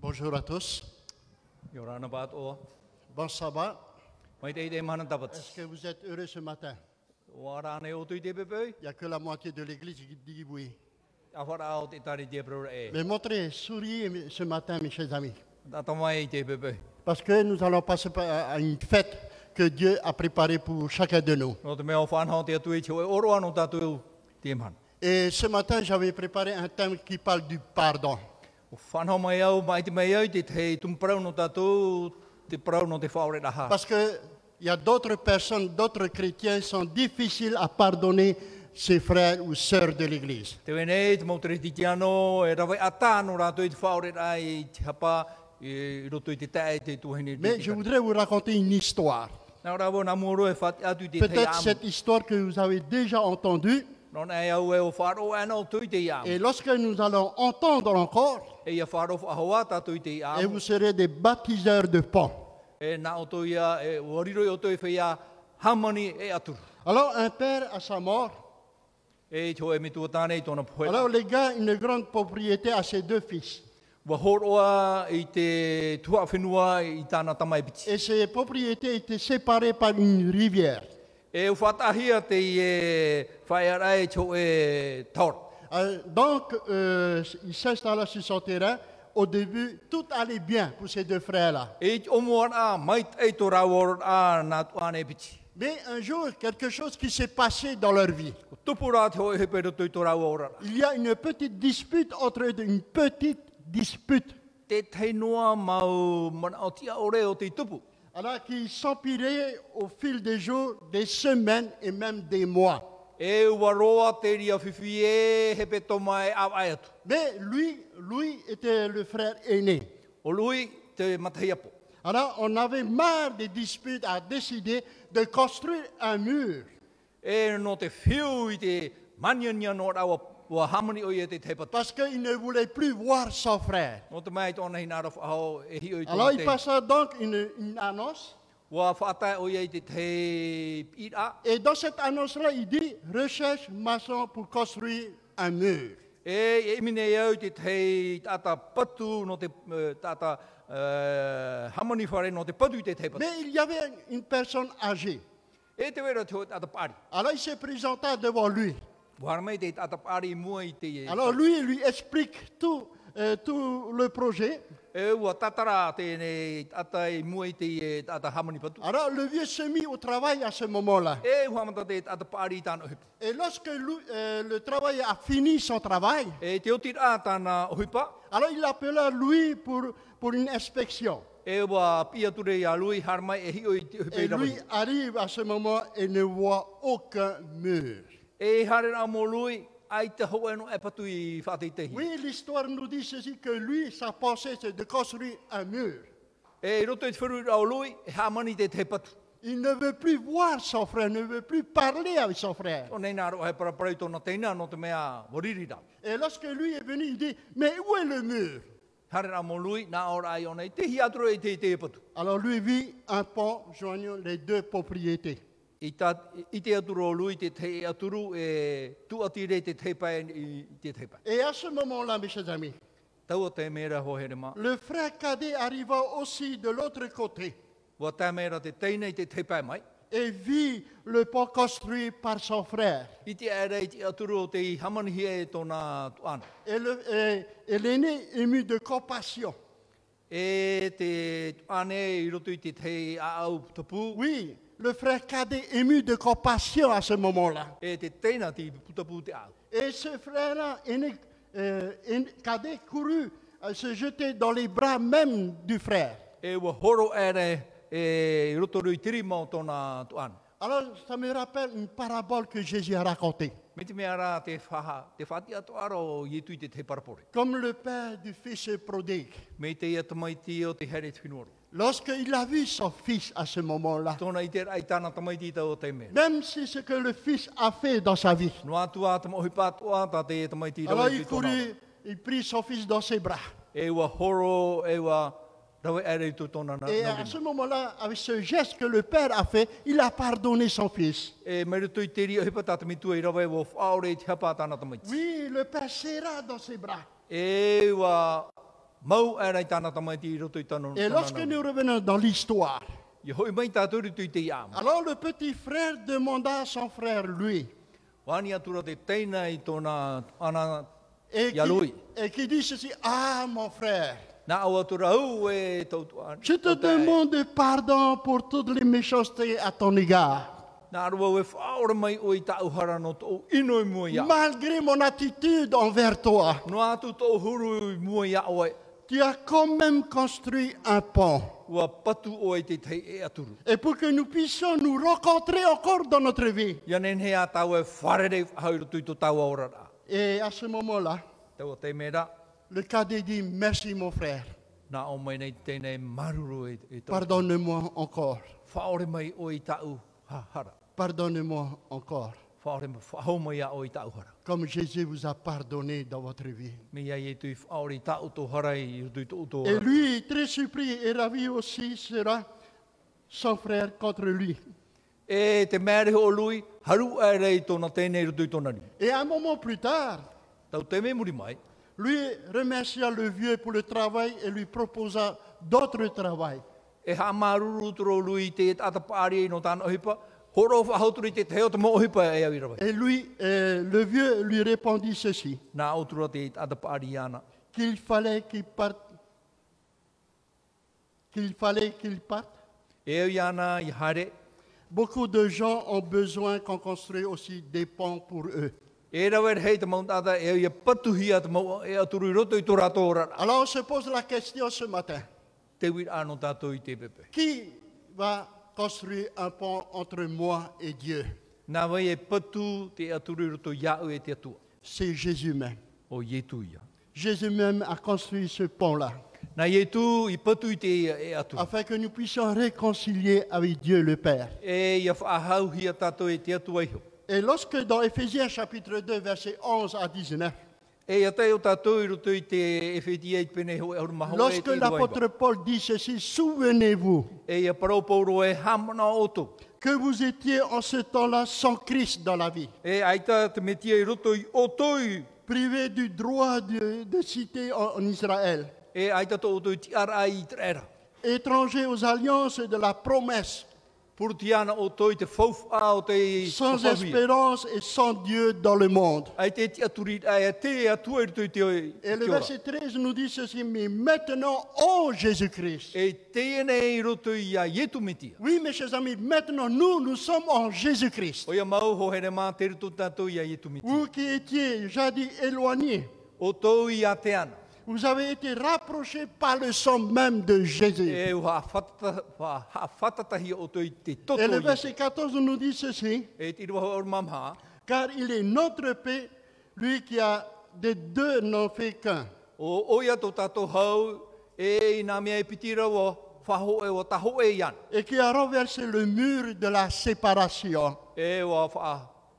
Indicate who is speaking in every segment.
Speaker 1: Bonjour à tous.
Speaker 2: Yorana bat o.
Speaker 1: Bon sabbat.
Speaker 2: Mai te ide manan tabat.
Speaker 1: Est-ce que vous êtes heureux ce matin
Speaker 2: Wara ne o tu ide pepe.
Speaker 1: Il n'y a que la moitié de l'église qui dit oui.
Speaker 2: Awara o te tari te pro e.
Speaker 1: Mais montrez, souriez mes- ce matin, mes chers amis.
Speaker 2: Tata mai te pepe.
Speaker 1: Parce que nous allons passer par- à une fête que Dieu a préparée pour chacun de nous.
Speaker 2: No te me o fan ho te tu e chue oro anu tatu te man.
Speaker 1: Et ce matin, j'avais préparé un thème qui parle du pardon.
Speaker 2: O fan ho mai au mai te mai au te te tum prau no tatu te prau no te faure da ha.
Speaker 1: Parce qu'il y a d'autres personnes, d'autres chrétiens sont difficiles à pardonner ses frères ou sœurs de l'Église.
Speaker 2: Te wene te mo te titiano e rawai ata no ratu i te faure da i te hapa i roto i te tae te tuhine.
Speaker 1: Mais je voudrais vous raconter une histoire.
Speaker 2: Nā rāwo nā mōro e whati atu te te
Speaker 1: Peut-être
Speaker 2: amu.
Speaker 1: cette histoire que vous avez déjà entendue.
Speaker 2: Nōna e au e o whāro ana o tui te amu.
Speaker 1: Et lorsque nous allons entendre encore,
Speaker 2: E ia wharofa ahoa tātou i te
Speaker 1: et
Speaker 2: āmu.
Speaker 1: vous serez des baptiseurs de pont.
Speaker 2: E nā o tō ia, e oriroi o tō i whea hamani e aturu.
Speaker 1: Alors un père à sa mort,
Speaker 2: E tō e mitua tāne i tōna poe.
Speaker 1: alors les gars, une grande propriété à ses deux fils.
Speaker 2: Wa horoa i te tua whenua i tāna tamai piti.
Speaker 1: Et ces propriétés étaient séparées par une rivière.
Speaker 2: E u whatahia te i e whaiara e tō e taora.
Speaker 1: Euh, donc euh, il s'installa sur son terrain. Au début, tout allait bien pour ces deux frères-là.
Speaker 2: E i omoan a, mai e tō rāworon a nā tuane piti.
Speaker 1: Mais un jour, quelque chose qui s'est passé dans leur vie.
Speaker 2: Ko tupu rā tō e hepe roto i tō rāworon.
Speaker 1: Il y a une petite dispute entre eux, deux, une petite dispute.
Speaker 2: Te teinoa mau mana o tia ore o te tupu.
Speaker 1: Alors qui s'empirait au fil des jours, des semaines et même des mois.
Speaker 2: E ua roa te ria whiwhi e hepe tō mai au ai atu.
Speaker 1: Mais lui, lui était le frère aîné.
Speaker 2: O lui te matai apo.
Speaker 1: Alors on avait marre des disputes à décider de construire un mur.
Speaker 2: E no te whiu i te maniania no rawa ua hamani o i e te teipata.
Speaker 1: Parce qu'il ne voulait plus voir son frère.
Speaker 2: No te mai tōna hi nāra whao e hi o i
Speaker 1: Alors
Speaker 2: tōna
Speaker 1: il
Speaker 2: te.
Speaker 1: passa donc une, une annonce.
Speaker 2: Ua whaatai o i e te te ira.
Speaker 1: Et dans cette annonce-là, il dit recherche maçon pour construire un mur.
Speaker 2: E e mine e au te te tata patu no te eh, tata eh, hamani whare no te patu i te teipata.
Speaker 1: Mais il y avait une personne âgée.
Speaker 2: E te wera te o tata pari.
Speaker 1: Alors il se présenta devant lui.
Speaker 2: Buharmei te tata pari i mua i te e.
Speaker 1: Alors lui, il lui explique tout, euh, tout le projet.
Speaker 2: E ua tatara tēnei tata i mua i te e tata hamani patu.
Speaker 1: Alors le vieux se mit au travail à ce moment-là.
Speaker 2: E ua hamata te tata pāri i tāna ohipa.
Speaker 1: Et lorsque lui- euh, le travail a fini son travail,
Speaker 2: E te oti rā tāna ohipa,
Speaker 1: alors il appela lui pour, pour une inspection.
Speaker 2: e ua pia ture i a lui harmai e hio i te ohipa
Speaker 1: Et
Speaker 2: i
Speaker 1: lui
Speaker 2: rabai.
Speaker 1: arrive à ce moment et ne voit aucun mur.
Speaker 2: E hare rā mō lui, ai te hau eno e patu i whāteitehi.
Speaker 1: Oui, l'histoire nous dit ceci, que lui, sa pensée, c'est de construire un mur.
Speaker 2: E i roto i te whiru i rau lui, e hamani te te patu.
Speaker 1: Il ne veut plus voir son frère, ne veut plus parler avec son frère.
Speaker 2: O nei nā roa he paraparai tōna teina, no te mea wariri rā.
Speaker 1: Et lorsque lui est venu, il dit, mais où est le mur
Speaker 2: Hare rā mō lui, nā ora ai o nei, te hi aturo i te te patu.
Speaker 1: Alors lui vit un pont joignant les deux propriétés.
Speaker 2: I, tā, I te aturo o lui, te te aturu, e tu atire te te pai i te te pai.
Speaker 1: Et à ce moment-là, mes chers amis,
Speaker 2: Tau o te mera ho herema.
Speaker 1: le frère cadet arriva aussi de l'autre côté
Speaker 2: Wa tā mera te teina i te te pai mai.
Speaker 1: et vit le pont construit par son frère.
Speaker 2: I te aera i te aturu o te i hamanihi e tōna tuana.
Speaker 1: Et le- et- et l'aîné, ému de compassion,
Speaker 2: E te tuane i roto i te te aau putapu.
Speaker 1: oui, le frère cadet ému de compassion à ce moment-là.
Speaker 2: E te teina te putapu te au.
Speaker 1: Et ce frère-là, aîné, euh, aîné- cadet, courut euh, se jeter dans les bras même du frère.
Speaker 2: E wa horo ere e i roto rui tiri mau tōna tuana.
Speaker 1: Alors, ça me rappelle une parabole que Jésus a racontée.
Speaker 2: Me te mea rā te whaha, te whati atu ara o i tui te te parapore.
Speaker 1: Comme le père du fils prodigue.
Speaker 2: Me te ia tamaiti o te here tuinuoro.
Speaker 1: Lorsqu'il a vu son fils à ce moment-là,
Speaker 2: Tōna i te rai tāna tamaiti i tau o te mera.
Speaker 1: même si ce que le fils a fait dans sa vie,
Speaker 2: No atua tamo ohi pātua, tā te ia tamaiti i rau
Speaker 1: alors
Speaker 2: i
Speaker 1: il
Speaker 2: te tōna.
Speaker 1: courut, il prit son fils dans ses bras.
Speaker 2: E ua horo, e ua rawe ere i tō tōna na.
Speaker 1: Et à
Speaker 2: naurima.
Speaker 1: ce moment-là, avec ce geste que le père a fait, il a pardonné son fils.
Speaker 2: E mai rutu i te ria hipa tata mitua i rawe wo whaore i te hapa tāna tamaiti.
Speaker 1: Oui, le père serra dans ses bras.
Speaker 2: E wa Mau e rei tāna tamai te i roto i tāna.
Speaker 1: Et lorsque nous revenons dans l'histoire,
Speaker 2: I hoi mai tātou ritu i te iama.
Speaker 1: alors le petit frère demanda à son frère, lui,
Speaker 2: Wāni atura te teina i tōna ana
Speaker 1: et
Speaker 2: i aloi.
Speaker 1: qui, et qui dit ceci, ah mon frère,
Speaker 2: Nā au atura au e tautu ana.
Speaker 1: je te demande pardon pour toutes les méchancetés à ton égard,
Speaker 2: Nā arua au e whaora mai o i tā uhara no tō ino i mua ia.
Speaker 1: malgré mon attitude envers toi.
Speaker 2: No atu tō huru i mua ia oe.
Speaker 1: Tu as quand même construit un pont.
Speaker 2: Ua patu oe te tei e aturu.
Speaker 1: Et pour que nous puissions nous rencontrer encore dans notre vie.
Speaker 2: Ia nen he a tau e wharere hau roto i tō tau aorara.
Speaker 1: Et à ce moment-là,
Speaker 2: Tewa te mera,
Speaker 1: le cadet dit, merci mon frère,
Speaker 2: nā o mai nei tēnei maruru e, e tō.
Speaker 1: pardonne-moi encore,
Speaker 2: Whaore mai o i tāu hara.
Speaker 1: pardonne-moi encore,
Speaker 2: Whaore mai, whahau mai a o i tāu hara.
Speaker 1: comme Jésus vous a pardonné dans votre vie.
Speaker 2: Me ia e tui whaore i tāu tō hara i roto i tō tō
Speaker 1: Et
Speaker 2: hara.
Speaker 1: lui, très surpris et ravi aussi, sera son frère contre lui.
Speaker 2: E te mere o lui, haru e rei tōna tēnei roto i tōna ni.
Speaker 1: Et un moment plus tard,
Speaker 2: Tau te me muri mai,
Speaker 1: lui remercia le vieux pour le travail et lui proposa d'autres travail.
Speaker 2: e ha maruru tō lui i te atapari i no tāna ohipa, horo whahauturi te teo tamo ohipa e au i rawai.
Speaker 1: Et lui, euh, le vieux lui répondit ceci.
Speaker 2: Nā otura te atapari i ana.
Speaker 1: qu'il fallait qu'il parte. Qu'il fallait qu'il parte.
Speaker 2: E au i ana i haere,
Speaker 1: Beaucoup de gens ont besoin qu'on construise aussi des ponts pour eux.
Speaker 2: e rawer hei te mount ata, e au i a patuhi a te mau e aturu i roto i tō rato rara.
Speaker 1: Alors on se pose la question ce matin.
Speaker 2: Te wira anō tātou i te pepe.
Speaker 1: Qui va construire un pont entre moi et Dieu
Speaker 2: Nā wai e patu te aturu i roto i au e te atua.
Speaker 1: C'est Jésus même.
Speaker 2: O Yetu ia.
Speaker 1: Jésus même a construit ce pont-là
Speaker 2: Nā Yetu i patu i te e atu.
Speaker 1: afin que nous puissions réconcilier avec Dieu le Père.
Speaker 2: E ia whaahauhi a tātou e te atu aiho.
Speaker 1: Et lorsque dans Éphésiens chapitre 2 verset 11 à 19,
Speaker 2: E ia tei o tātou i roto i te FTA i pene hoi auru maho e
Speaker 1: lorsque
Speaker 2: te iruaiba.
Speaker 1: l'apôtre Paul dit ceci, souvenez-vous
Speaker 2: E ia parau pauro e hamana oto.
Speaker 1: que vous étiez en ce temps-là sans Christ dans la vie,
Speaker 2: E aita te metia i roto i otoi.
Speaker 1: privé du droit de, de cité en, en Israël,
Speaker 2: E aita to otoi ti ara i trera.
Speaker 1: étranger aux alliances de la promesse,
Speaker 2: Puru ti ana otoi te fauf a o te
Speaker 1: sans
Speaker 2: whahui.
Speaker 1: espérance et sans Dieu dans le monde.
Speaker 2: Ai te ti aturi, ai a te atua i roto i te oi.
Speaker 1: Et le
Speaker 2: te ora.
Speaker 1: verset 13 nous dit ceci, mais maintenant, ô Jésus-Christ.
Speaker 2: E tēnei i roto i a Yetu metia.
Speaker 1: Oui, mes chers amis, maintenant nous, nous sommes en Jésus-Christ.
Speaker 2: O ia mau ho here mā te rutu tātou i a Yetu metia.
Speaker 1: Vous qui étiez jadis éloignés,
Speaker 2: O tau i a te ana.
Speaker 1: vous avez été rapprochés par le sang même de Jésus.
Speaker 2: E u hawhatatahi o tui te toto
Speaker 1: Et le
Speaker 2: i.
Speaker 1: verset 14 nous dit ceci,
Speaker 2: E te iruaho o mamha,
Speaker 1: car il est notre paix, lui qui a des deux n'en fait qu'un.
Speaker 2: o oia tō tātou hau, e i nā mea e pitira o whaho e o taho e ian.
Speaker 1: Et qui a renversé le mur de la séparation.
Speaker 2: E o a wha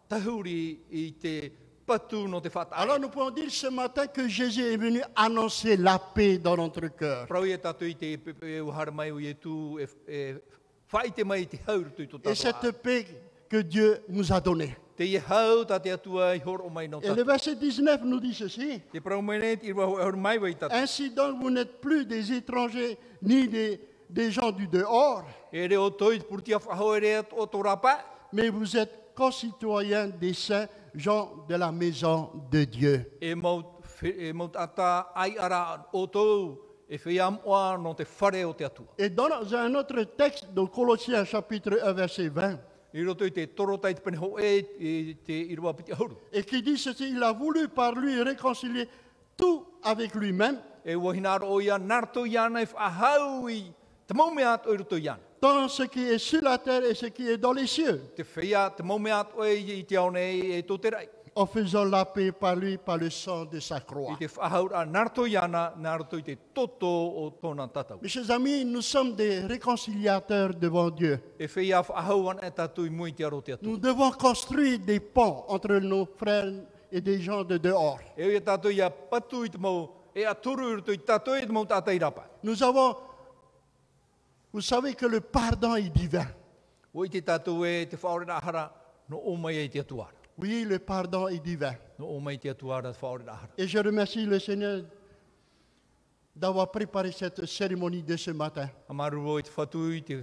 Speaker 2: tahuri i te patu no te whata.
Speaker 1: Alors nous pouvons dire ce matin que Jésus est venu annoncer la paix dans notre cœur.
Speaker 2: Prau e tātou i te pepe e uhara mai o i tū, e, e whaite mai i te hau rutu i tō
Speaker 1: Et
Speaker 2: tātou.
Speaker 1: cette paix que Dieu nous a donnée.
Speaker 2: a. Te i hau tā te atua i horo mai no
Speaker 1: Et le
Speaker 2: tātou.
Speaker 1: verset 19 nous dit ceci.
Speaker 2: Te prau mai nei te iruaho e horo mai wai tātou.
Speaker 1: Ainsi donc vous n'êtes plus des étrangers ni des, des gens du dehors,
Speaker 2: E reo toi purtia whaho e rea o tō rapa.
Speaker 1: mais vous êtes concitoyens des saints, gens de la maison de Dieu.
Speaker 2: e mau e mau ata ai ara o tou e whiam oa no te whare o te atua.
Speaker 1: Et dans un autre texte de Colossiens chapitre 1 verset 20,
Speaker 2: I roto i te toro tai te peneho e, e te irua piti ahuru.
Speaker 1: et qui dit ceci, il a voulu par lui réconcilier tout avec lui-même,
Speaker 2: E ua hinaro o ia narto i ana e whahau i te maumea ato i roto i ana.
Speaker 1: tant ce qui est sur la terre et ce qui est dans les cieux,
Speaker 2: Te whia te maumea ato e i te aone e tō te rai.
Speaker 1: en faisant la paix par lui, par le sang de sa
Speaker 2: I
Speaker 1: croix.
Speaker 2: te whahaura narto i ana, narto i te toto o tōna tatau.
Speaker 1: Mes chers amis, nous sommes des réconciliateurs devant Dieu.
Speaker 2: E whia whahau ana e tatu i mui te aro te atua.
Speaker 1: Nous devons construire des ponts entre nos frères et des gens de dehors.
Speaker 2: E ia tatu ia patu i te mau, e aturu i roto i tatu i te mau tata i rapa.
Speaker 1: Nous avons, vous savez que le pardon est divin.
Speaker 2: O i te tātou e te whaorera ahara, no o mai e te atuara.
Speaker 1: Oui, le pardon est divin.
Speaker 2: No o mai te atuara te whaorera ahara.
Speaker 1: Et je remercie le Seigneur d'avoir préparé cette cérémonie de ce matin.
Speaker 2: Amaru o i te whatu i te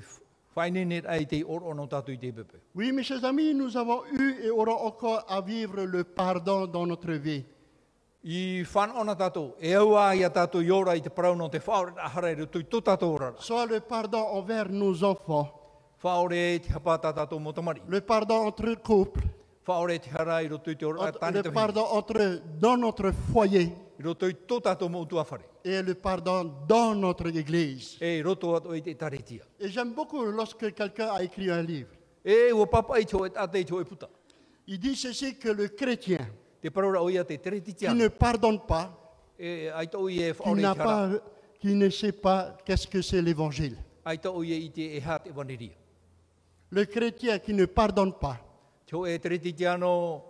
Speaker 2: whainene ai te oro ono tatu i te pepe.
Speaker 1: Oui, mes chers amis, nous avons eu et aurons encore à vivre le pardon dans notre vie.
Speaker 2: I whanona tatou, e aua ia tatou i ora i te parau no te whaore na hara i tui tō tatou rara.
Speaker 1: Soit le pardon envers nos enfants,
Speaker 2: Whaore e te hapata tatou motamari.
Speaker 1: le pardon entre couples,
Speaker 2: Whaore e te hara i roto i te ora
Speaker 1: entre-
Speaker 2: tani
Speaker 1: le
Speaker 2: te whini.
Speaker 1: pardon entre dans notre foyer
Speaker 2: I roto i tō tatou moutu awhare.
Speaker 1: et le pardon dans notre église.
Speaker 2: E roto atu i te taretia.
Speaker 1: Et j'aime beaucoup lorsque quelqu'un a écrit un livre.
Speaker 2: E ua papa i tō e tate i tō e puta.
Speaker 1: Il dit ceci que le chrétien
Speaker 2: Te paraura o ia te
Speaker 1: qui
Speaker 2: teretitia.
Speaker 1: ne pardonne pas,
Speaker 2: E ai tau i e
Speaker 1: qui,
Speaker 2: whaore i
Speaker 1: n'a
Speaker 2: te hara.
Speaker 1: pas, qui ne sait pas qu'est-ce que c'est l'évangile.
Speaker 2: Ai tau i e i te e hā te waneria.
Speaker 1: Le chrétien qui ne pardonne pas,
Speaker 2: Tō e teretitia no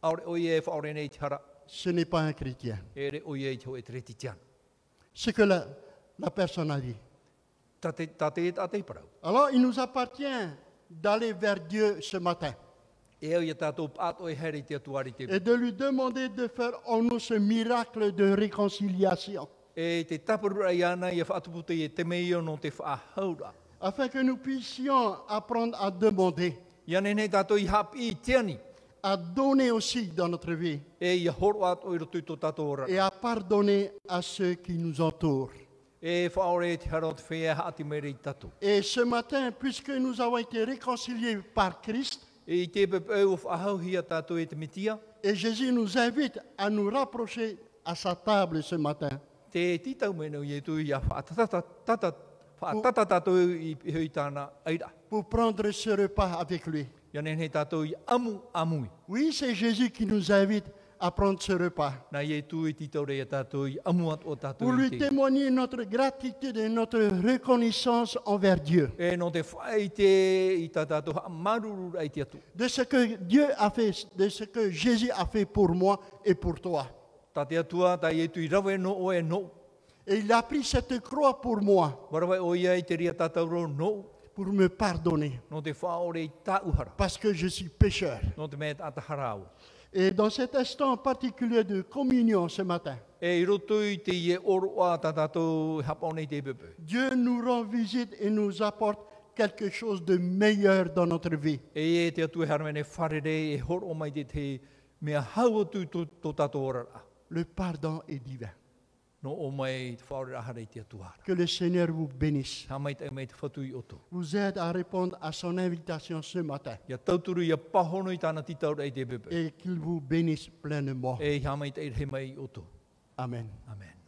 Speaker 2: aore o i e whaore nei te hara.
Speaker 1: ce n'est pas un chrétien.
Speaker 2: E re o i e i tō e teretitia.
Speaker 1: Ce que la, la personne a dit.
Speaker 2: Tate, tate e tate i parau.
Speaker 1: Alors il nous appartient d'aller vers Dieu ce matin
Speaker 2: E au ia tātou pāto e haere i te atuari te
Speaker 1: et de lui demander de faire en nous ce miracle de réconciliation
Speaker 2: E te taparura i ana i a whaatupute i e te meio no te whaahaura.
Speaker 1: afin que nous puissions apprendre à demander,
Speaker 2: Ia nenei tātou i hapi i tiani.
Speaker 1: à donner aussi dans notre vie
Speaker 2: E ia horo ato i roto i tō tātou ora.
Speaker 1: et à pardonner à ceux qui nous entourent.
Speaker 2: E whaore e te haro te whea hati mere i tātou.
Speaker 1: Et ce matin, puisque nous avons été réconciliés par Christ,
Speaker 2: E i te pepeu o whaahauhia tātou e te mitia.
Speaker 1: et Jésus nous invite à nous rapprocher à sa table ce matin
Speaker 2: Te titau menau i e tu i a whaatatata whaatata tātou i hei tāna aira.
Speaker 1: pour prendre ce repas avec lui.
Speaker 2: Ia nenei tātou i amu amui.
Speaker 1: Oui, c'est Jésus qui nous invite à prendre ce repas
Speaker 2: Nā i e tu i titau rei a tātou i amu ato o
Speaker 1: pour
Speaker 2: tātou i
Speaker 1: lui
Speaker 2: te.
Speaker 1: témoigner notre gratitude et notre reconnaissance envers Dieu,
Speaker 2: E no te whae i te i tā tātou hamaruru ai te atu.
Speaker 1: de ce que Dieu a fait, de ce que Jésus a fait pour moi et pour toi.
Speaker 2: Tā te atua, tā i e tu i rawe no o e no.
Speaker 1: Et il a pris cette croix pour moi,
Speaker 2: Warawai o ia i te ria tātou ro no.
Speaker 1: pour me pardonner,
Speaker 2: No te whaore i tā uhara.
Speaker 1: parce que je suis pécheur.
Speaker 2: No te mea atahara au.
Speaker 1: Et dans cet instant particulier de communion ce matin,
Speaker 2: E i roto i te ie oro a tā tātou hapone i te pepe.
Speaker 1: Dieu nous rend visite et nous apporte quelque chose de meilleur dans notre vie.
Speaker 2: E e te atu e haramene wharere e horo o mai te te mea hau atu tō tō tātou orara.
Speaker 1: Le pardon est divin.
Speaker 2: No o mai te whaore ahara i te atu hara.
Speaker 1: Que le Seigneur vous bénisse.
Speaker 2: Tā mai te mai te whatu i oto.
Speaker 1: vous aide à répondre à son invitation ce matin
Speaker 2: Ia tauturu ia pahono i tāna titaura i te pepe.
Speaker 1: et qu'il vous bénisse pleinement.
Speaker 2: E i hamai te ere mai i oto.
Speaker 1: Amen.
Speaker 2: Amen.